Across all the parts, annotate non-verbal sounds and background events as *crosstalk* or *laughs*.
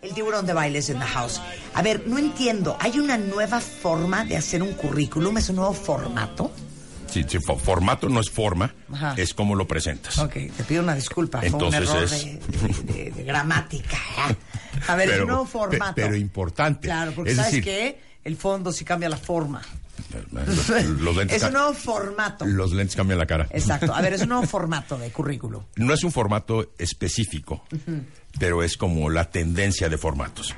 El tiburón de bailes en the house. A ver, no entiendo. ¿Hay una nueva forma de hacer un currículum? ¿Es un nuevo formato? Sí, sí, fo- formato no es forma, Ajá. es como lo presentas. Ok, te pido una disculpa. Entonces fue un error es- de, de- de- de gramática. ¿eh? A ver, es Pero- un nuevo pe- formato. pero importante. Claro, porque Es ¿sabes decir- qué? El fondo sí cambia la forma. Los, los lentes es ca- un nuevo formato. los lentes cambian la cara. Exacto. A ver, es un nuevo formato de currículum. No es un formato específico, pero es como la tendencia de formatos.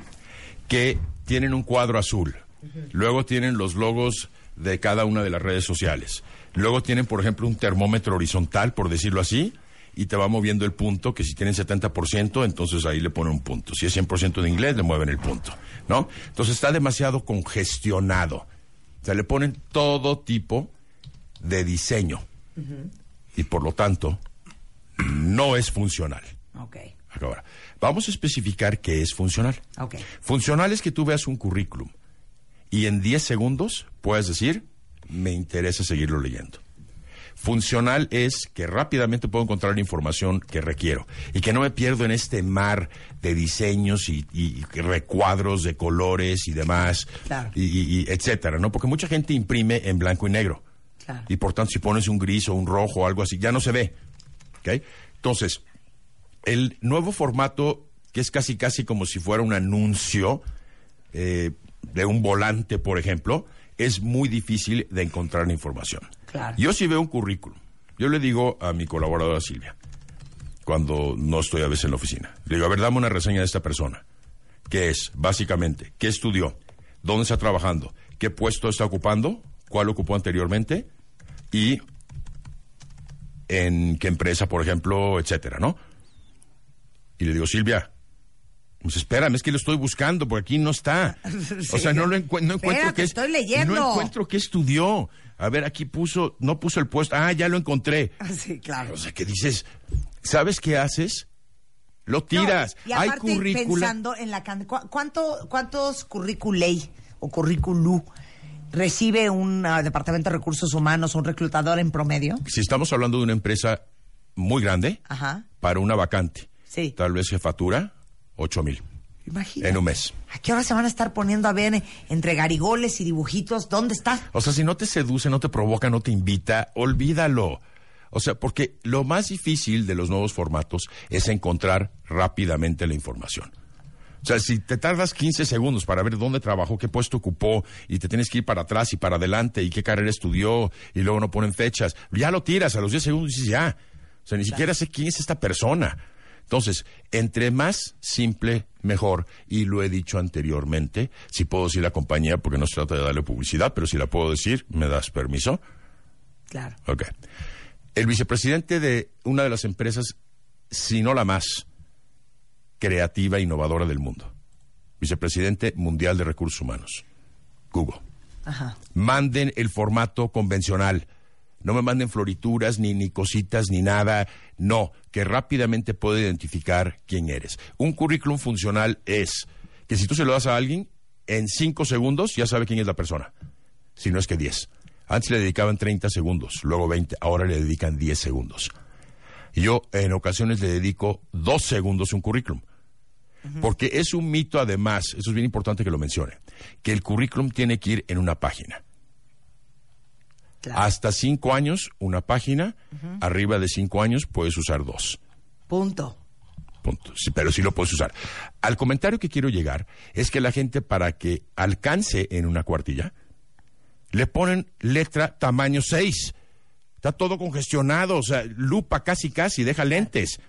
Que tienen un cuadro azul, luego tienen los logos de cada una de las redes sociales, luego tienen, por ejemplo, un termómetro horizontal, por decirlo así, y te va moviendo el punto, que si tienen 70%, entonces ahí le ponen un punto. Si es 100% de inglés, le mueven el punto, ¿no? Entonces está demasiado congestionado. O sea, le ponen todo tipo de diseño. Y por lo tanto, no es funcional. Ok, Ahora, vamos a especificar qué es funcional. ok. Funcional es que tú veas un currículum y en 10 segundos puedas decir, me interesa seguirlo leyendo. Funcional es que rápidamente puedo encontrar la información que requiero y que no me pierdo en este mar de diseños y, y recuadros de colores y demás, Claro. y, y- y etcétera, ¿no? Porque mucha gente imprime en blanco y negro. Claro. Y por tanto, si pones un gris o un rojo o algo así, ya no se ve. ¿ok? Entonces, el nuevo formato, que es casi casi como si fuera un anuncio eh, de un volante, por ejemplo, es muy difícil de encontrar la información. Claro. Yo sí veo un currículum. Yo le digo a mi colaboradora Silvia, cuando no estoy a veces en la oficina, le digo, a ver, dame una reseña de esta persona. ¿Qué es, básicamente? ¿Qué estudió? ¿Dónde está trabajando? ¿Qué puesto está ocupando? ¿Cuál ocupó anteriormente? Y en qué empresa, por ejemplo, etcétera, ¿no? Y le digo, Silvia, me dice, espérame, es que lo estoy buscando, porque aquí no *laughs* está. O sea, no lo encuentro, no encuentro Espérate, qué es- estoy leyendo. No encuentro qué estudió. A ver, aquí puso, no puso el puesto. Ah, ya lo encontré. Sí, claro. O sea, que dices, ¿sabes qué haces? Lo tiras. No, y Hay aparte, currícula. pensando en la can- cua- cuánto cuántos curriculei o currículum recibe un ah, departamento de recursos humanos un reclutador en promedio Si estamos hablando de una empresa muy grande, ajá para una vacante, Sí. tal vez jefatura, ocho mil imagínate en un mes. a qué hora se van a estar poniendo a ver eh, entre garigoles y dibujitos dónde está O sea, si no te seduce, no te provoca, no te invita, olvídalo. O sea, porque lo más difícil de los nuevos formatos es encontrar rápidamente la información. O sea, si te tardas 15 segundos para ver dónde trabajó, qué puesto ocupó, y te tienes que ir para atrás y para adelante, y qué carrera estudió, y luego no ponen fechas, ya lo tiras a los 10 segundos y dices ya. O sea, ni siquiera sé quién es esta persona. Entonces, entre más simple, mejor. Y lo he dicho anteriormente, si puedo decir la compañía, porque no se trata de darle publicidad, pero si la puedo decir, ¿me das permiso? claro Ok. El vicepresidente de una de las empresas, si no la más creativa e innovadora del mundo, vicepresidente mundial de recursos humanos, Google. ajá Manden el formato convencional. No me manden florituras, ni, ni cositas, ni nada. No, que rápidamente pueda identificar quién eres. Un currículum funcional es que si tú se lo das a alguien, en cinco segundos ya sabe quién es la persona si no es que 10. Antes le dedicaban 30 segundos, luego 20, ahora le dedican 10 segundos. Y Yo en ocasiones le dedico 2 segundos a un currículum. Porque es un mito además, eso es bien importante que lo mencione, que el currículum tiene que ir en una página. claro Hasta 5 años, una página, arriba de 5 años puedes usar dos. punto Punto. Sí, pero sí lo puedes usar. Al comentario que quiero llegar es que la gente para que alcance en una cuartilla le ponen letra tamaño 6. Está todo congestionado, o sea, lupa casi casi, deja lentes.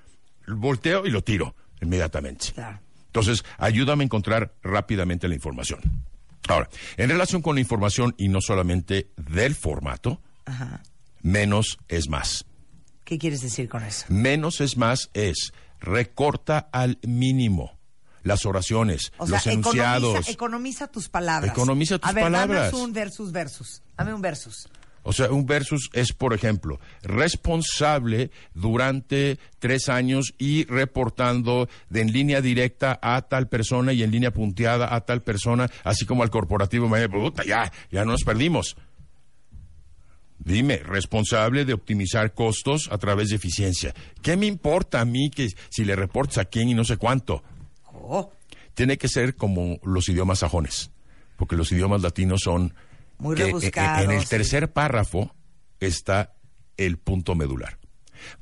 Volteo y lo tiro inmediatamente. Claro. Entonces, ayúdame a encontrar rápidamente la información. Ahora, en relación con la información y no solamente del formato, ajá menos es más. qué quieres decir con eso Menos es más es recorta al mínimo. las oraciones, O sea, los enunciados. Economiza, economiza tus palabras. Economiza tus A ver, palabras. Dame un versus versus. Dame un versus. O sea, un versus es, por ejemplo, responsable durante tres años y reportando de en línea directa a tal persona y en línea punteada a tal persona, así como al corporativo. Me- puta, Ya, ya nos perdimos. Dime, responsable de optimizar costos a través de eficiencia. ¿Qué me importa a mí que si le reportes a quién y no sé cuánto? Oh, Tiene que ser como los idiomas sajones, porque los idiomas latinos son Muy que, eh, eh, rebuscados, En el sí. tercer párrafo está el punto medular.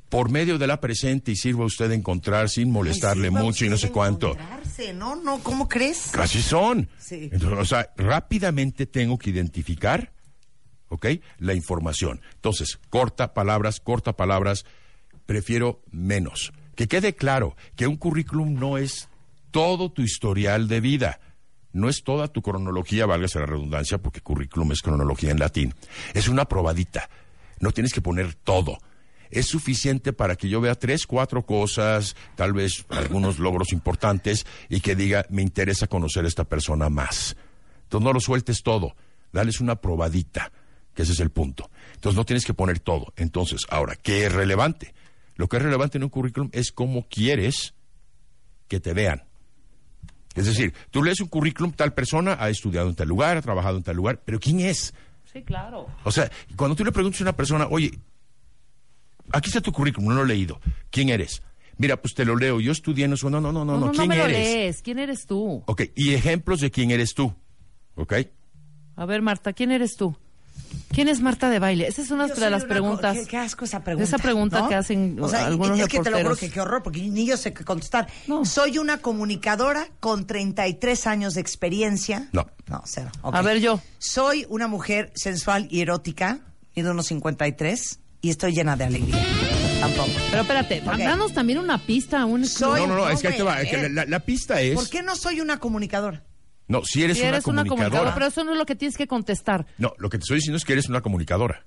Por medio de la presente y sirva usted encontrar sin molestarle Ay, Pues sí, va mucho y no usted sé a cuánto. encontrarse, No, no, ¿cómo crees? Casi son. Sí. Entonces, o sea, rápidamente tengo que identificar, ¿ok? La información. Entonces, corta palabras, corta palabras, prefiero menos. Que quede claro que un currículum no es todo tu historial de vida. No es toda tu cronología, válgase la redundancia, porque currículum es cronología en latín. Es una probadita. No tienes que poner todo. Es suficiente para que yo vea tres, cuatro cosas, tal vez algunos logros importantes, y que diga, me interesa conocer a esta persona más. Entonces no lo sueltes todo, dales una probadita, que ese es el punto. Entonces no tienes que poner todo. Entonces, ahora, ¿qué es relevante? Lo que es relevante en un currículum es cómo quieres que te vean. Es decir, tú lees un currículum, tal persona ha estudiado en tal lugar, ha trabajado en tal lugar, pero ¿quién es? Sí, claro. O sea, cuando tú le preguntas a una persona, oye, aquí está tu currículum, no lo he leído, ¿quién eres? Mira, pues te lo leo, yo estudié en eso, no, no, no, no, no, ¿quién me lo eres? lees. ¿Quién eres tú? Ok, y ejemplos de quién eres tú, ¿ok? A ver, Marta, ¿quién eres tú? ¿Quién es Marta de baile? Esa es una Yo de soy las una preguntas. co- Qué, qué asco esa pregunta. Esa pregunta ¿no? que hacen O sea, algunos es que te lo juro reporteros. que qué horror, porque ni yo sé qué contestar. No. Soy una comunicadora con 33 años de experiencia. No. No, cero. ok. A ver, yo. Soy una mujer sensual y erótica, mido unos 53 y estoy llena de alegría. Tampoco. Pero espérate, Ok. danos también una pista, un Soy- No, no, no, no, es que ahí te va, güey, es que eh. la, la- la pista es... ¿Por qué no soy una comunicadora? No, si eres, Si eres una comunicadora, pero eso no es lo que tienes que contestar. No, lo que te estoy diciendo es que eres una comunicadora.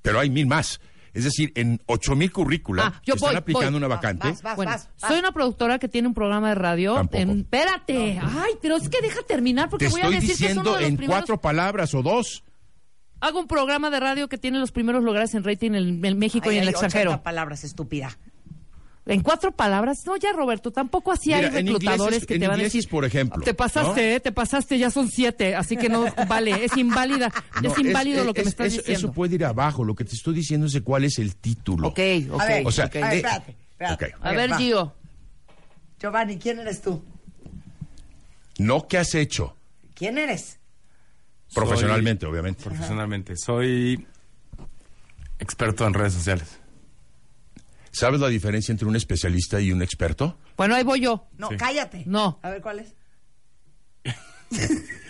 Pero hay mil más. Es decir, en ocho mil currículas Ah, yo que están voy, aplicando voy. una Vas, vacante. vas, vas, Bueno, vas, vas. soy una productora que tiene un programa de radio. Tampoco. en- espérate, ay, pero es que deja terminar porque te voy a estoy decir que es uno diciendo de los en primeros. cuatro palabras o dos. Hago un programa de radio que tiene los primeros lugares en rating en, en México Ay, y en el hay 80 extranjero. palabras, estúpida. En cuatro palabras, no ya Roberto, tampoco así hay Mira, en reclutadores inglés es- que en te van a inglés decir, es, por ejemplo, te pasaste, ¿no? eh, te pasaste, ya son siete, así que no vale, es inválida, *laughs* No, es inválido lo que es- me estás eso- diciendo. Eso puede ir abajo. Lo que te estoy diciendo es de cuál es el título. Ok, ok. a ver, O sea, a ver, eh, espérate, espérate. ok. A ver, va. Gio, Giovanni, ¿quién eres tú? No qué has hecho ¿Quién eres? profesionalmente, obviamente. Profesionalmente, soy experto en redes sociales. ¿Sabes la diferencia entre un especialista y un experto? bueno, ahí voy yo. No, Sí. cállate. No. A ver, ¿cuál es?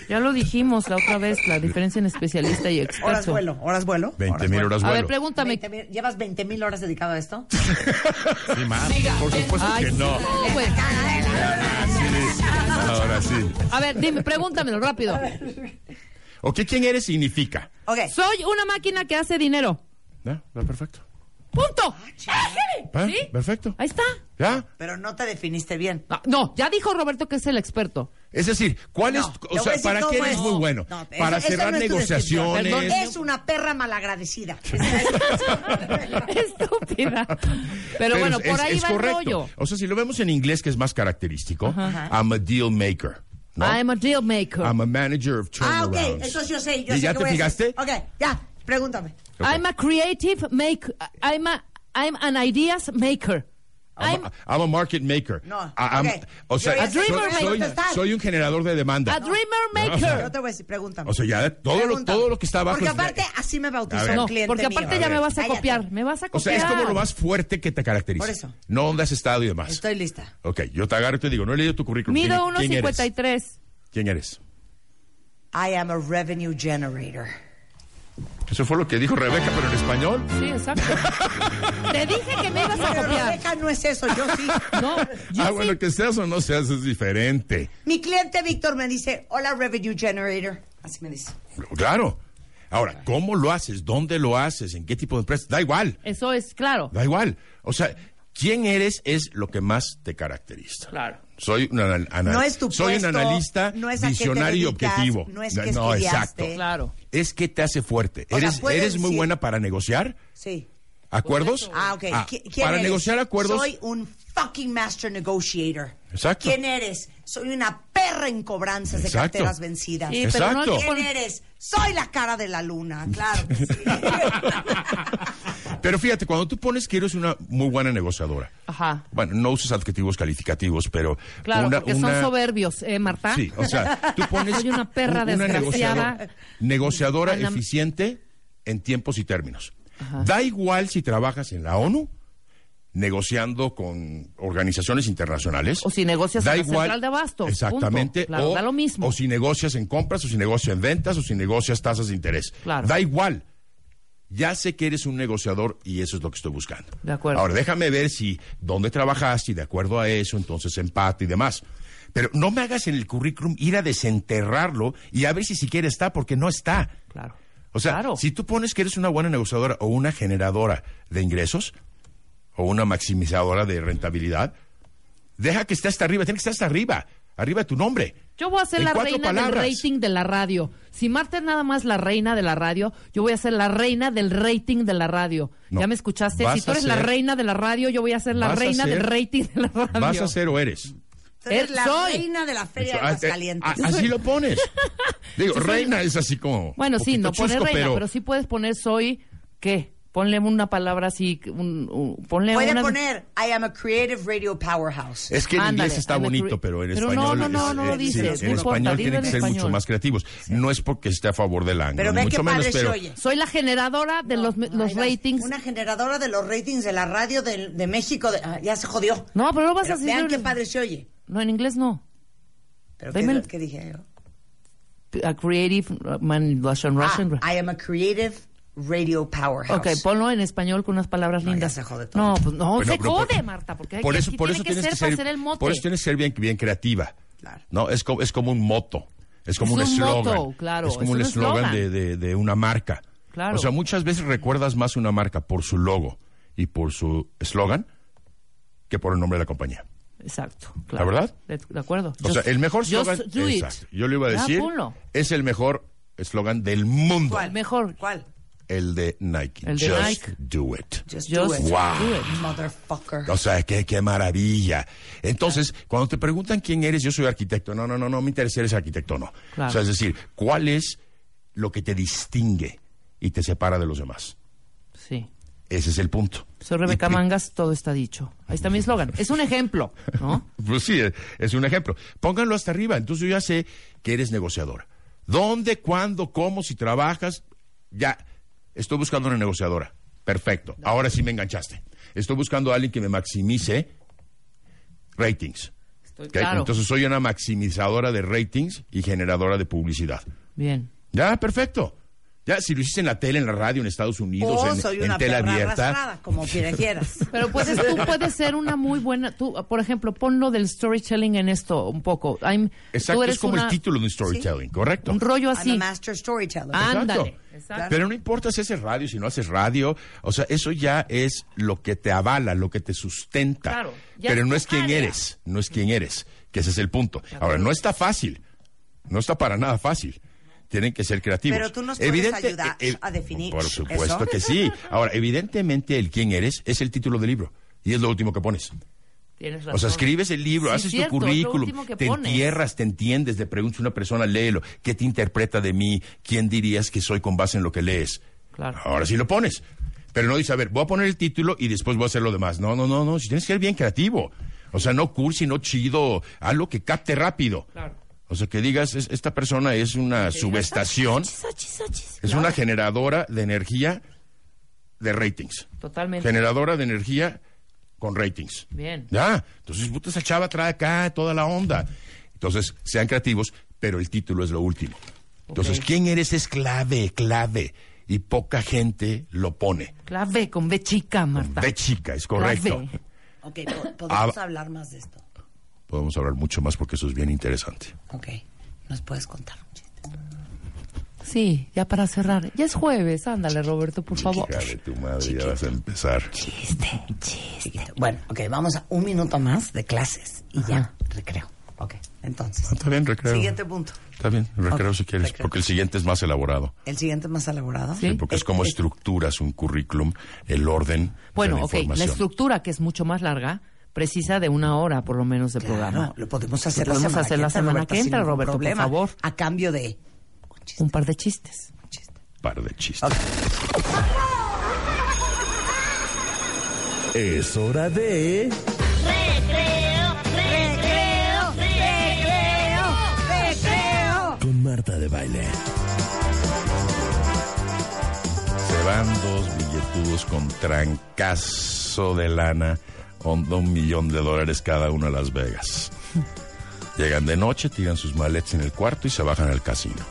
Ya lo dijimos la otra vez, la diferencia en especialista y experto. Horas vuelo, horas vuelo. 20 mil vuelo. horas A vuelo. ver, pregúntame. 20,000, ¿Llevas 20 mil horas dedicado a esto? Sí, más. Por supuesto Ay, Pues pues, que no. sí, güey. Ahora sí. A ver, dime, pregúntamelo rápido. ¿O qué quién eres significa? Ok. Soy una máquina que hace dinero. ¿Ya? va, Perfecto. Punto. ¿Va? ¿Sí? Perfecto. Ahí está. ¿Ya? Pero no te definiste bien. Ah, No, ya dijo Roberto que es el experto. Es decir, ¿cuál No, es, te o voy sea, a decir para qué cómo eres es. muy bueno? No, eso- para esa cerrar no es tu descripción. negociaciones. Perdón, Es una perra *laughs* malagradecida. Estúpida. Pero, bueno, por es- ahí es va correcto. el rollo. O sea, si lo vemos en inglés, que es más característico, I'm a deal maker. ¿no? I'm a deal maker. I'm a manager of ah, turnarounds. ok. Eso yo sé. Yo ¿Y sé ya qué te voy a hacer. fijaste? Ok, ya. Pregúntame. Ok. I'm a creative make. I'm a I'm an ideas maker. I'm, I'm I'm a market maker. No, I- I'm- ok. O sea, Yo ya sé soy, que voy a soy- contestar. soy un generador de demanda. a dreamer Yo maker. te voy a decir, pregúntame. O sea, ya todo lo, Pregúntame. todo lo que está abajo. Porque es- aparte, así me A bautizó ver. el No, cliente. porque aparte mío. ya me vas a Cállate. copiar. Me vas a O sea, copiar. es como lo más fuerte que te caracteriza. Por eso. No dónde has estado y demás. Estoy lista. Ok, yo te agarro y te digo, no he leído tu currículum. Mido ¿Quién- quién eres? 1.53. ¿Quién eres? I am a revenue generator. Eso fue lo que dijo Rebeca, pero en español. Sí, exacto. *laughs* Te dije que me ibas a Pero copiar. Rebeca no es eso, yo sí. No, yo ah, sí. bueno, que seas o no seas es diferente. Mi cliente Víctor me dice, hola revenue generator. Así me dice. Claro. Ahora, ¿cómo lo haces? ¿Dónde lo haces? ¿En qué tipo de empresa? Da igual, Eso es claro. da igual. O sea, Quién eres es lo que más te caracteriza. Claro. Soy un, anal- anal- No es tu soy un puesto, analista no es a qué te visionario y dedicas, objetivo. no es que exacto. estudiaste. Claro. Es que te hace fuerte. O sea, eres puedes eres muy decir- buena para negociar Sí. acuerdos. Ah, ok. Ah, ¿Qui- ¿Quién para eres? negociar acuerdos. Soy un fucking master negotiator. Exacto. ¿Quién eres? Soy una perra en cobranzas de Exacto. carteras vencidas. Sí, pero no hay Exacto. que ¿Quién poner- eres? Soy la cara de la luna, claro. que sí. *laughs* Pero fíjate, cuando tú pones que eres una muy buena negociadora. Ajá. Bueno, no uses adjetivos calificativos, pero Claro, una, porque una- son soberbios, ¿eh, Marta? Sí, o *laughs* sea, tú pones Soy una perra desgraciada. negociadora, negociadora Ana- eficiente en tiempos y términos. Ajá. Da igual si trabajas en la ONU negociando con organizaciones internacionales. O si negocias en la central de abastos, Exactamente. punto. Claro, o, da lo mismo. o si negocias en compras, o si negocias en ventas, o si negocias tasas de interés. Claro. Da igual. Ya sé que eres un negociador y eso es lo que estoy buscando. De acuerdo. Ahora, déjame ver si dónde trabajaste y de acuerdo a eso, entonces empate y demás. Pero no me hagas en el currículum ir a desenterrarlo y a ver si siquiera está, porque no está. Claro. O sea, Claro. si tú pones que eres una buena negociadora o una generadora de ingresos o una maximizadora de rentabilidad, deja que esté hasta arriba, tiene que estar hasta arriba, arriba de tu nombre. Yo voy a ser En la cuatro reina palabras. del rating de la radio. Si Marta es nada más la reina de la radio, yo voy a ser la reina del rating de la radio. No. ¿Ya me escuchaste? Vas Si tú a eres la ser- reina de la radio, yo voy a ser la Vas a reina ser- del rating de la radio. Vas a ser o eres. Tú eres la Eh, Soy. reina de la feria de Ah, eh, Aguascalientes. ah, así lo *laughs* pones. Digo, reina es así como. Bueno, sí, poquito no poner chusco, reina, pero... sí puedes poner soy, ¿qué? Ponle una palabra así, un, un- ponle Puede una... poner I am a creative radio powerhouse. Es que en Ándale, inglés está ándale, bonito, cru- pero en pero español. no, no, no, es- no eh, lo sí, dices, en no importa, español dilo tienen en que ser mucho español. más creativos. No es porque esté a favor del ángulo, Pero ve mucho qué menos, padre se pero. oye. Soy la generadora de los, los Ay, vas, ratings. Una generadora de los ratings de la radio de, de México. de- ah, ya se jodió. No, pero no vas Pero a decir... vean qué padre se oye. No, en inglés no. Pero Deme ¿qué, el- qué dije yo? A creative uh, man, Russian, Russian. Ah, I am a creative radio powerhouse. Ok, ponlo en español con unas palabras No, ya lindas. se jode todo. No, pues no, Bueno, se pero jode, por- Marta, porque hay por que, eso, aquí por tiene eso que tienes ser que para ser, hacer el mote. por eso tienes que ser bien, bien creativa. Claro. No, es como, es como un moto, es como Es un un eslogan, moto, claro, es como es un un eslogan eslogan. de, de- de una marca. Claro. O sea, muchas veces recuerdas más una marca por su logo y por su eslogan que por el nombre de la compañía. Exacto, claro. ¿La verdad? De, de acuerdo. O sea, el mejor eslogan, Just do it. exacto, yo le iba a Ya, decir, ponlo. es el mejor eslogan del mundo, El mejor. ¿Cuál? el de Nike. El de Just Nike. do it. Just, Just do it. Wow. do it. Motherfucker. O sea, qué, qué maravilla. Entonces, cuando te preguntan quién eres, yo soy arquitecto. No, no, no, no me interesa, eres arquitecto, no. Claro. O sea, es decir, ¿cuál es lo que te distingue y te separa de los demás? Sí. Ese es el punto. Soy Rebeca Y- y- Mangas, todo está dicho. Ahí está mi eslogan. Es un ejemplo, ¿no? Pues sí, es- es un ejemplo. Pónganlo hasta arriba. Entonces yo ya sé que eres negociadora. ¿Dónde, cuándo, cómo, si trabajas? Ya, estoy buscando una negociadora. Perfecto. Ahora sí me enganchaste. Estoy buscando a alguien que me maximice ratings. ¿Ok? claro. Entonces soy una maximizadora de ratings y generadora de publicidad. Bien. Ya, perfecto. Ya, si lo hiciste en la tele, en la radio, en Estados Unidos, Oh, O en, Oh, soy en una tela perra abierta. arrastrada, *laughs* como quiera- quieras. *laughs* Pero puedes, tú puedes ser una muy buena. Tú, por ejemplo, ponlo del storytelling en esto un poco. I'm- Exacto, tú es eres como el una- título de un storytelling, correcto. Un rollo I'm a así. master storyteller. Ah. Exacto. Ándale, exacto. Pero no importa si haces radio, si no haces radio, o sea, eso ya es lo que te avala, lo que te sustenta. Claro, ya Pero es no tu es quién área. eres, no es quién eres, que ese es el punto. Ahora, no está fácil, no está para nada fácil. Tienen que ser creativos. Pero tú nos puedes ayudar a definir Por supuesto eso. que *laughs* sí. Ahora, evidentemente el quién eres es el título del libro y es lo último que pones. Tienes O sea, razón. escribes el libro, Sí, haces cierto, tu es lo currículum, último que te pones. entierras, te entiendes, le preguntas a una persona, léelo, ¿qué te interpreta de mí? ¿Quién dirías que soy con base en lo que lees? Claro. Ahora sí lo pones. Pero no dices, a ver, voy a poner el título y después voy a hacer lo demás. No, no, no, no, si tienes que ser bien creativo. O sea, no cursi, no chido, algo que capte rápido. Claro. O sea, que digas, "Es- esta persona es una subestación, es una generadora de energía de ratings. Totalmente. Generadora de energía con ratings. Bien. Ya. Entonces, puta, esa chava trae acá toda la onda. Entonces, sean creativos, pero el título es lo último. Entonces, Ok. ¿quién eres? Es clave, clave. Y poca gente lo pone. Clave con B chica, Marta. De chica, es correcto. Clave. Ok, po- podemos Ah. hablar más de esto. Podemos hablar mucho más porque eso es bien interesante. Ok, nos puedes contar un chiste. Sí, ya para cerrar. Ya es jueves, ándale, Roberto, por favor. Hija de tu madre, ya vas a empezar. Chiste, Este. chiste. Bueno, ok, vamos a un minuto más de clases y ya recreo. Ok, entonces. Ah, está bien, recreo. Siguiente punto. Está bien, recreo Ok, si quieres, recreo. porque el siguiente es más elaborado. El siguiente más elaborado. Sí. Sí, porque es Eh, como eh, estructuras un currículum, el orden de Bueno, la ok, la información. estructura, que es mucho más larga, precisa de una hora por lo menos de Claro, programa. lo podemos hacer Lo la podemos semana hacer que la entra, semana Roberta, que sin entra, ningún Roberto, por problema, favor. A cambio de... Un par de chistes. Un chiste. Par de chistes. Ok. Es hora de Recreo, recreo, recreo, recreo. con Marta de baile. Se van dos billetudos con trancazo de lana, con un millón de dólares cada uno a Las Vegas. Llegan de noche, tiran sus maletas en el cuarto y se bajan al casino.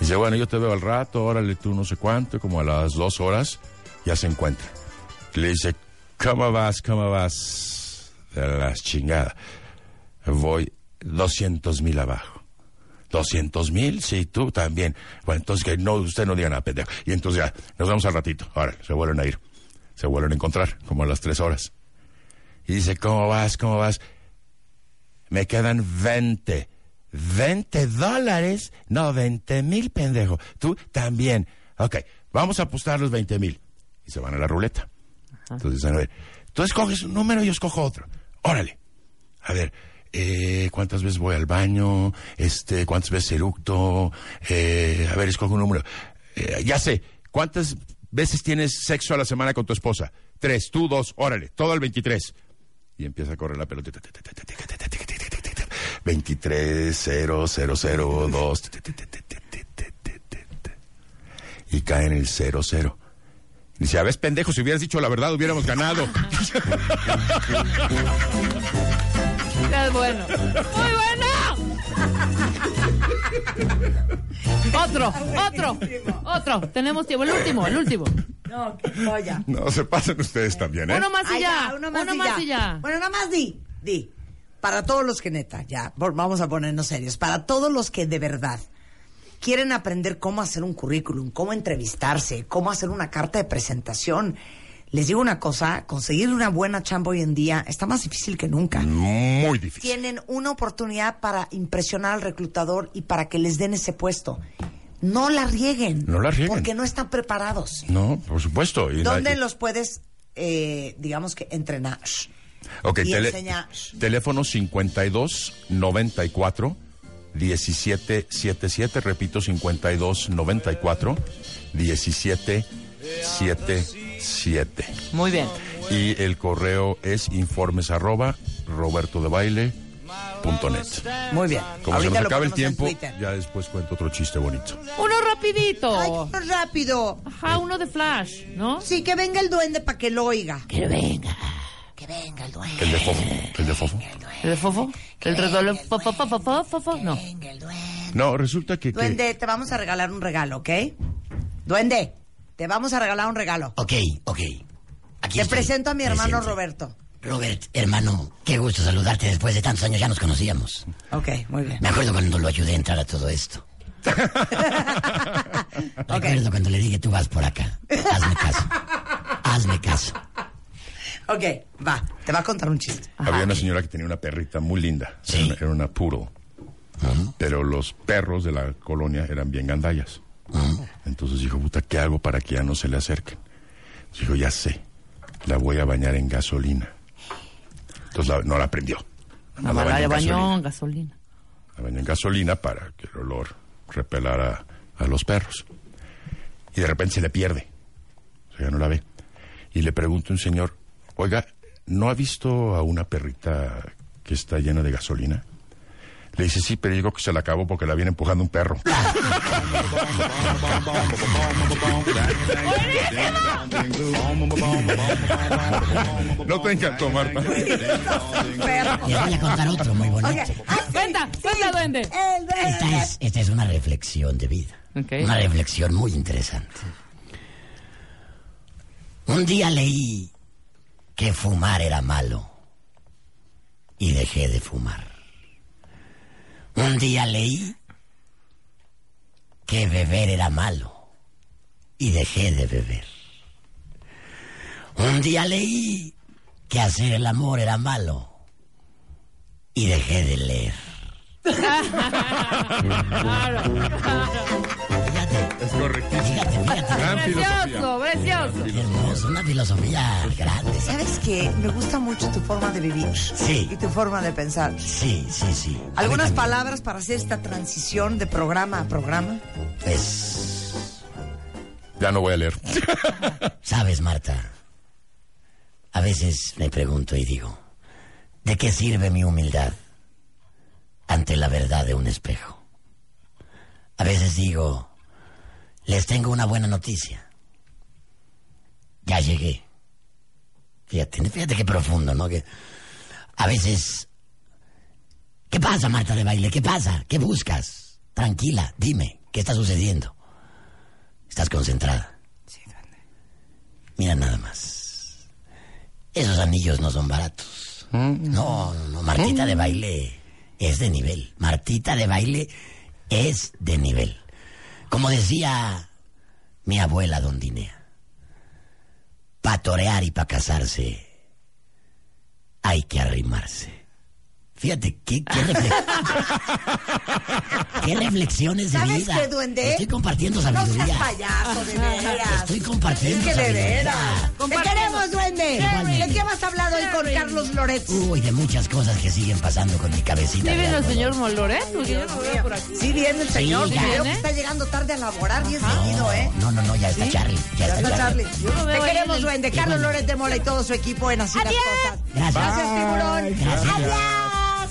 Dice, bueno, yo te veo al rato, órale tú no sé cuánto, como a las dos horas, ya se encuentran. Le dice, ¿cómo vas, cómo vas? De las chingadas. Voy 200 mil abajo. 200 mil, sí, tú también. Bueno, entonces que no, usted no diga nada, pendejo. Y entonces ya, nos vamos al ratito. Ahora, se vuelven a ir. Se vuelven a encontrar, como a las tres horas. Y dice, ¿cómo vas? ¿Cómo vas? Me quedan 20. 20 dólares. No, 20 mil, pendejo. Tú también. Ok, vamos a apostar los 20 mil. Y se van a la ruleta. Entonces, a ver, tú escoges un número y yo escojo otro. Órale. A ver, eh, ¿cuántas veces voy al baño? Este, ¿Cuántas veces eructo? Eh, a ver, escojo un número. Eh, ya sé, ¿cuántas veces tienes sexo a la semana con tu esposa? Tres, tú dos, órale, todo al 23. Y empieza a correr la pelota. 23, 0, 0, 0, 2. Y cae en el 0, 0. Dice, a ves, pendejo, si hubieras dicho la verdad hubiéramos ganado. *laughs* Es bueno. ¡Muy bueno! Otro, otro, otro. Tenemos tiempo. El último, el último. No, qué joya. No, se pasan ustedes también, ¿eh? Uno más y Ay, ya. uno más, y, ya. Bueno, nada más di, di. Para todos los que neta, ya, por- vamos a ponernos serios. Para todos los que de verdad quieren aprender cómo hacer un currículum, cómo entrevistarse, cómo hacer una carta de presentación. Les digo una cosa, conseguir una buena chamba hoy en día está más difícil que Mm. nunca. Muy difícil. tienen una oportunidad para impresionar al reclutador y para que les den ese puesto. No la rieguen. No la rieguen. Porque no están preparados. No, por supuesto. y la- ¿Dónde y- los puedes, eh, digamos que, entrenar? Ok, y tele- enseña- teléfono 52 94 1777, repito, 52 94 1777. Muy bien. Y el correo es informes arroba robertodebaile.net. Muy bien. Como Ahorita se nos lo acaba el ponemos en tiempo, Twitter. ya después cuento otro chiste bonito. Uno ¡Ay, rapidito. pues rápido! Ajá, uno de Flash, ¿no? Sí, que venga el duende para que lo oiga. El de Fofo. El de Fofo. ¿El de Fofo? ¿El redolo? Fofo, fofo, fofo, fofo. No. No, resulta que... que- Duende, te vamos a regalar un regalo, ¿ok? Duende, te vamos a regalar un regalo. Ah, Ok, ok. Aquí Te estoy, presento a mi hermano presente. Roberto. Robert, hermano, qué gusto saludarte después de tantos años, ya nos conocíamos. Ok, muy *laughs* bien. Me acuerdo cuando lo ayudé a entrar a todo esto. Recuerdo cuando le dije, tú vas por acá. Hazme caso. Hazme caso. Ok, va. Te va a contar un chiste. Había una señora que tenía una perrita muy linda. Sí. Era, una, era una poodle. Pero los perros de la colonia eran bien gandallas. Entonces dijo, puta, ¿qué hago para que ya no se le acerquen? Dijo, ya sé. La voy a bañar en gasolina. Entonces la- no la prendió. Una Nada más mala de bañó en bañón, gasolina. la bañó en gasolina para que el olor repelara a los perros. Y de repente se le pierde. O sea, ya no la ve. Y le pregunta un señor, oiga, ¿no ha visto a una perrita que está llena de gasolina? Le dice, sí, pero digo que se la acabó porque la viene empujando un perro. no te encantó, Marta. Perro. Les voy a contar otro muy bonito. Ok, ah, Cuenta, cuenta, duende. el duende. Esta es, esta es una reflexión de vida. Ok. Una reflexión muy interesante. Un día leí que fumar era malo y dejé de fumar. Un día leí que beber era malo y dejé de beber. Un día leí que hacer el amor era malo y dejé de leer. Fíjate, Es correctísimo. fíjate, fíjate. Gran Precioso, filosofía. precioso. Qué hermoso, una filosofía grande. ¿Sabes qué? Me gusta mucho tu forma de vivir. Sí. Y tu forma de pensar. Sí, sí, sí. A mí ¿Algunas también. palabras para hacer esta transición de programa a programa? Pues, Ya no voy a leer. sabes, Marta, a veces me pregunto y digo, ¿de qué sirve mi humildad ante la verdad de un espejo? A veces digo, les tengo una buena noticia. Ya llegué. Fíjate, fíjate qué profundo, ¿no? Que a veces... ¿Qué pasa, Marta de baile? ¿Qué pasa? ¿Qué buscas? Tranquila, dime, ¿qué está sucediendo? ¿Estás concentrada? Mira nada más. Esos anillos no son baratos. No, no, no. Martita de baile es de nivel. Martita de baile es de nivel. Como decía mi abuela Don Dinea, para torear y para casarse hay que arrimarse. Fíjate, qué, qué, *laughs* reflex- qué reflexiones de ¿Sabes vida. qué, duende? Estoy compartiendo No sabiduría. seas payaso, de veras. Estoy compartiendo Es que de sabiduría. veras. Te Compartiendo. queremos, duende. Igualmente. ¿De qué vas a hablar hoy con Carlos Loretz? Uy, de muchas cosas que siguen pasando con mi ¿Sí cabecita. de ven al algodón. señor Molores? Porque yo no veo por aquí. Sí, viene el señor. ya. Creo que ¿Viene? está llegando tarde a laborar y es seguido, No, ¿eh? no, no, no, ya está Charlie. Ya, Ya está, está Charlie. Charlie. Yo lo veo Te ahí queremos, en el- duende. Carlos Loretz de Mola y todo su equipo en Así las Cosas. Gracias. Gracias, tiburón. Gracias. Adiós.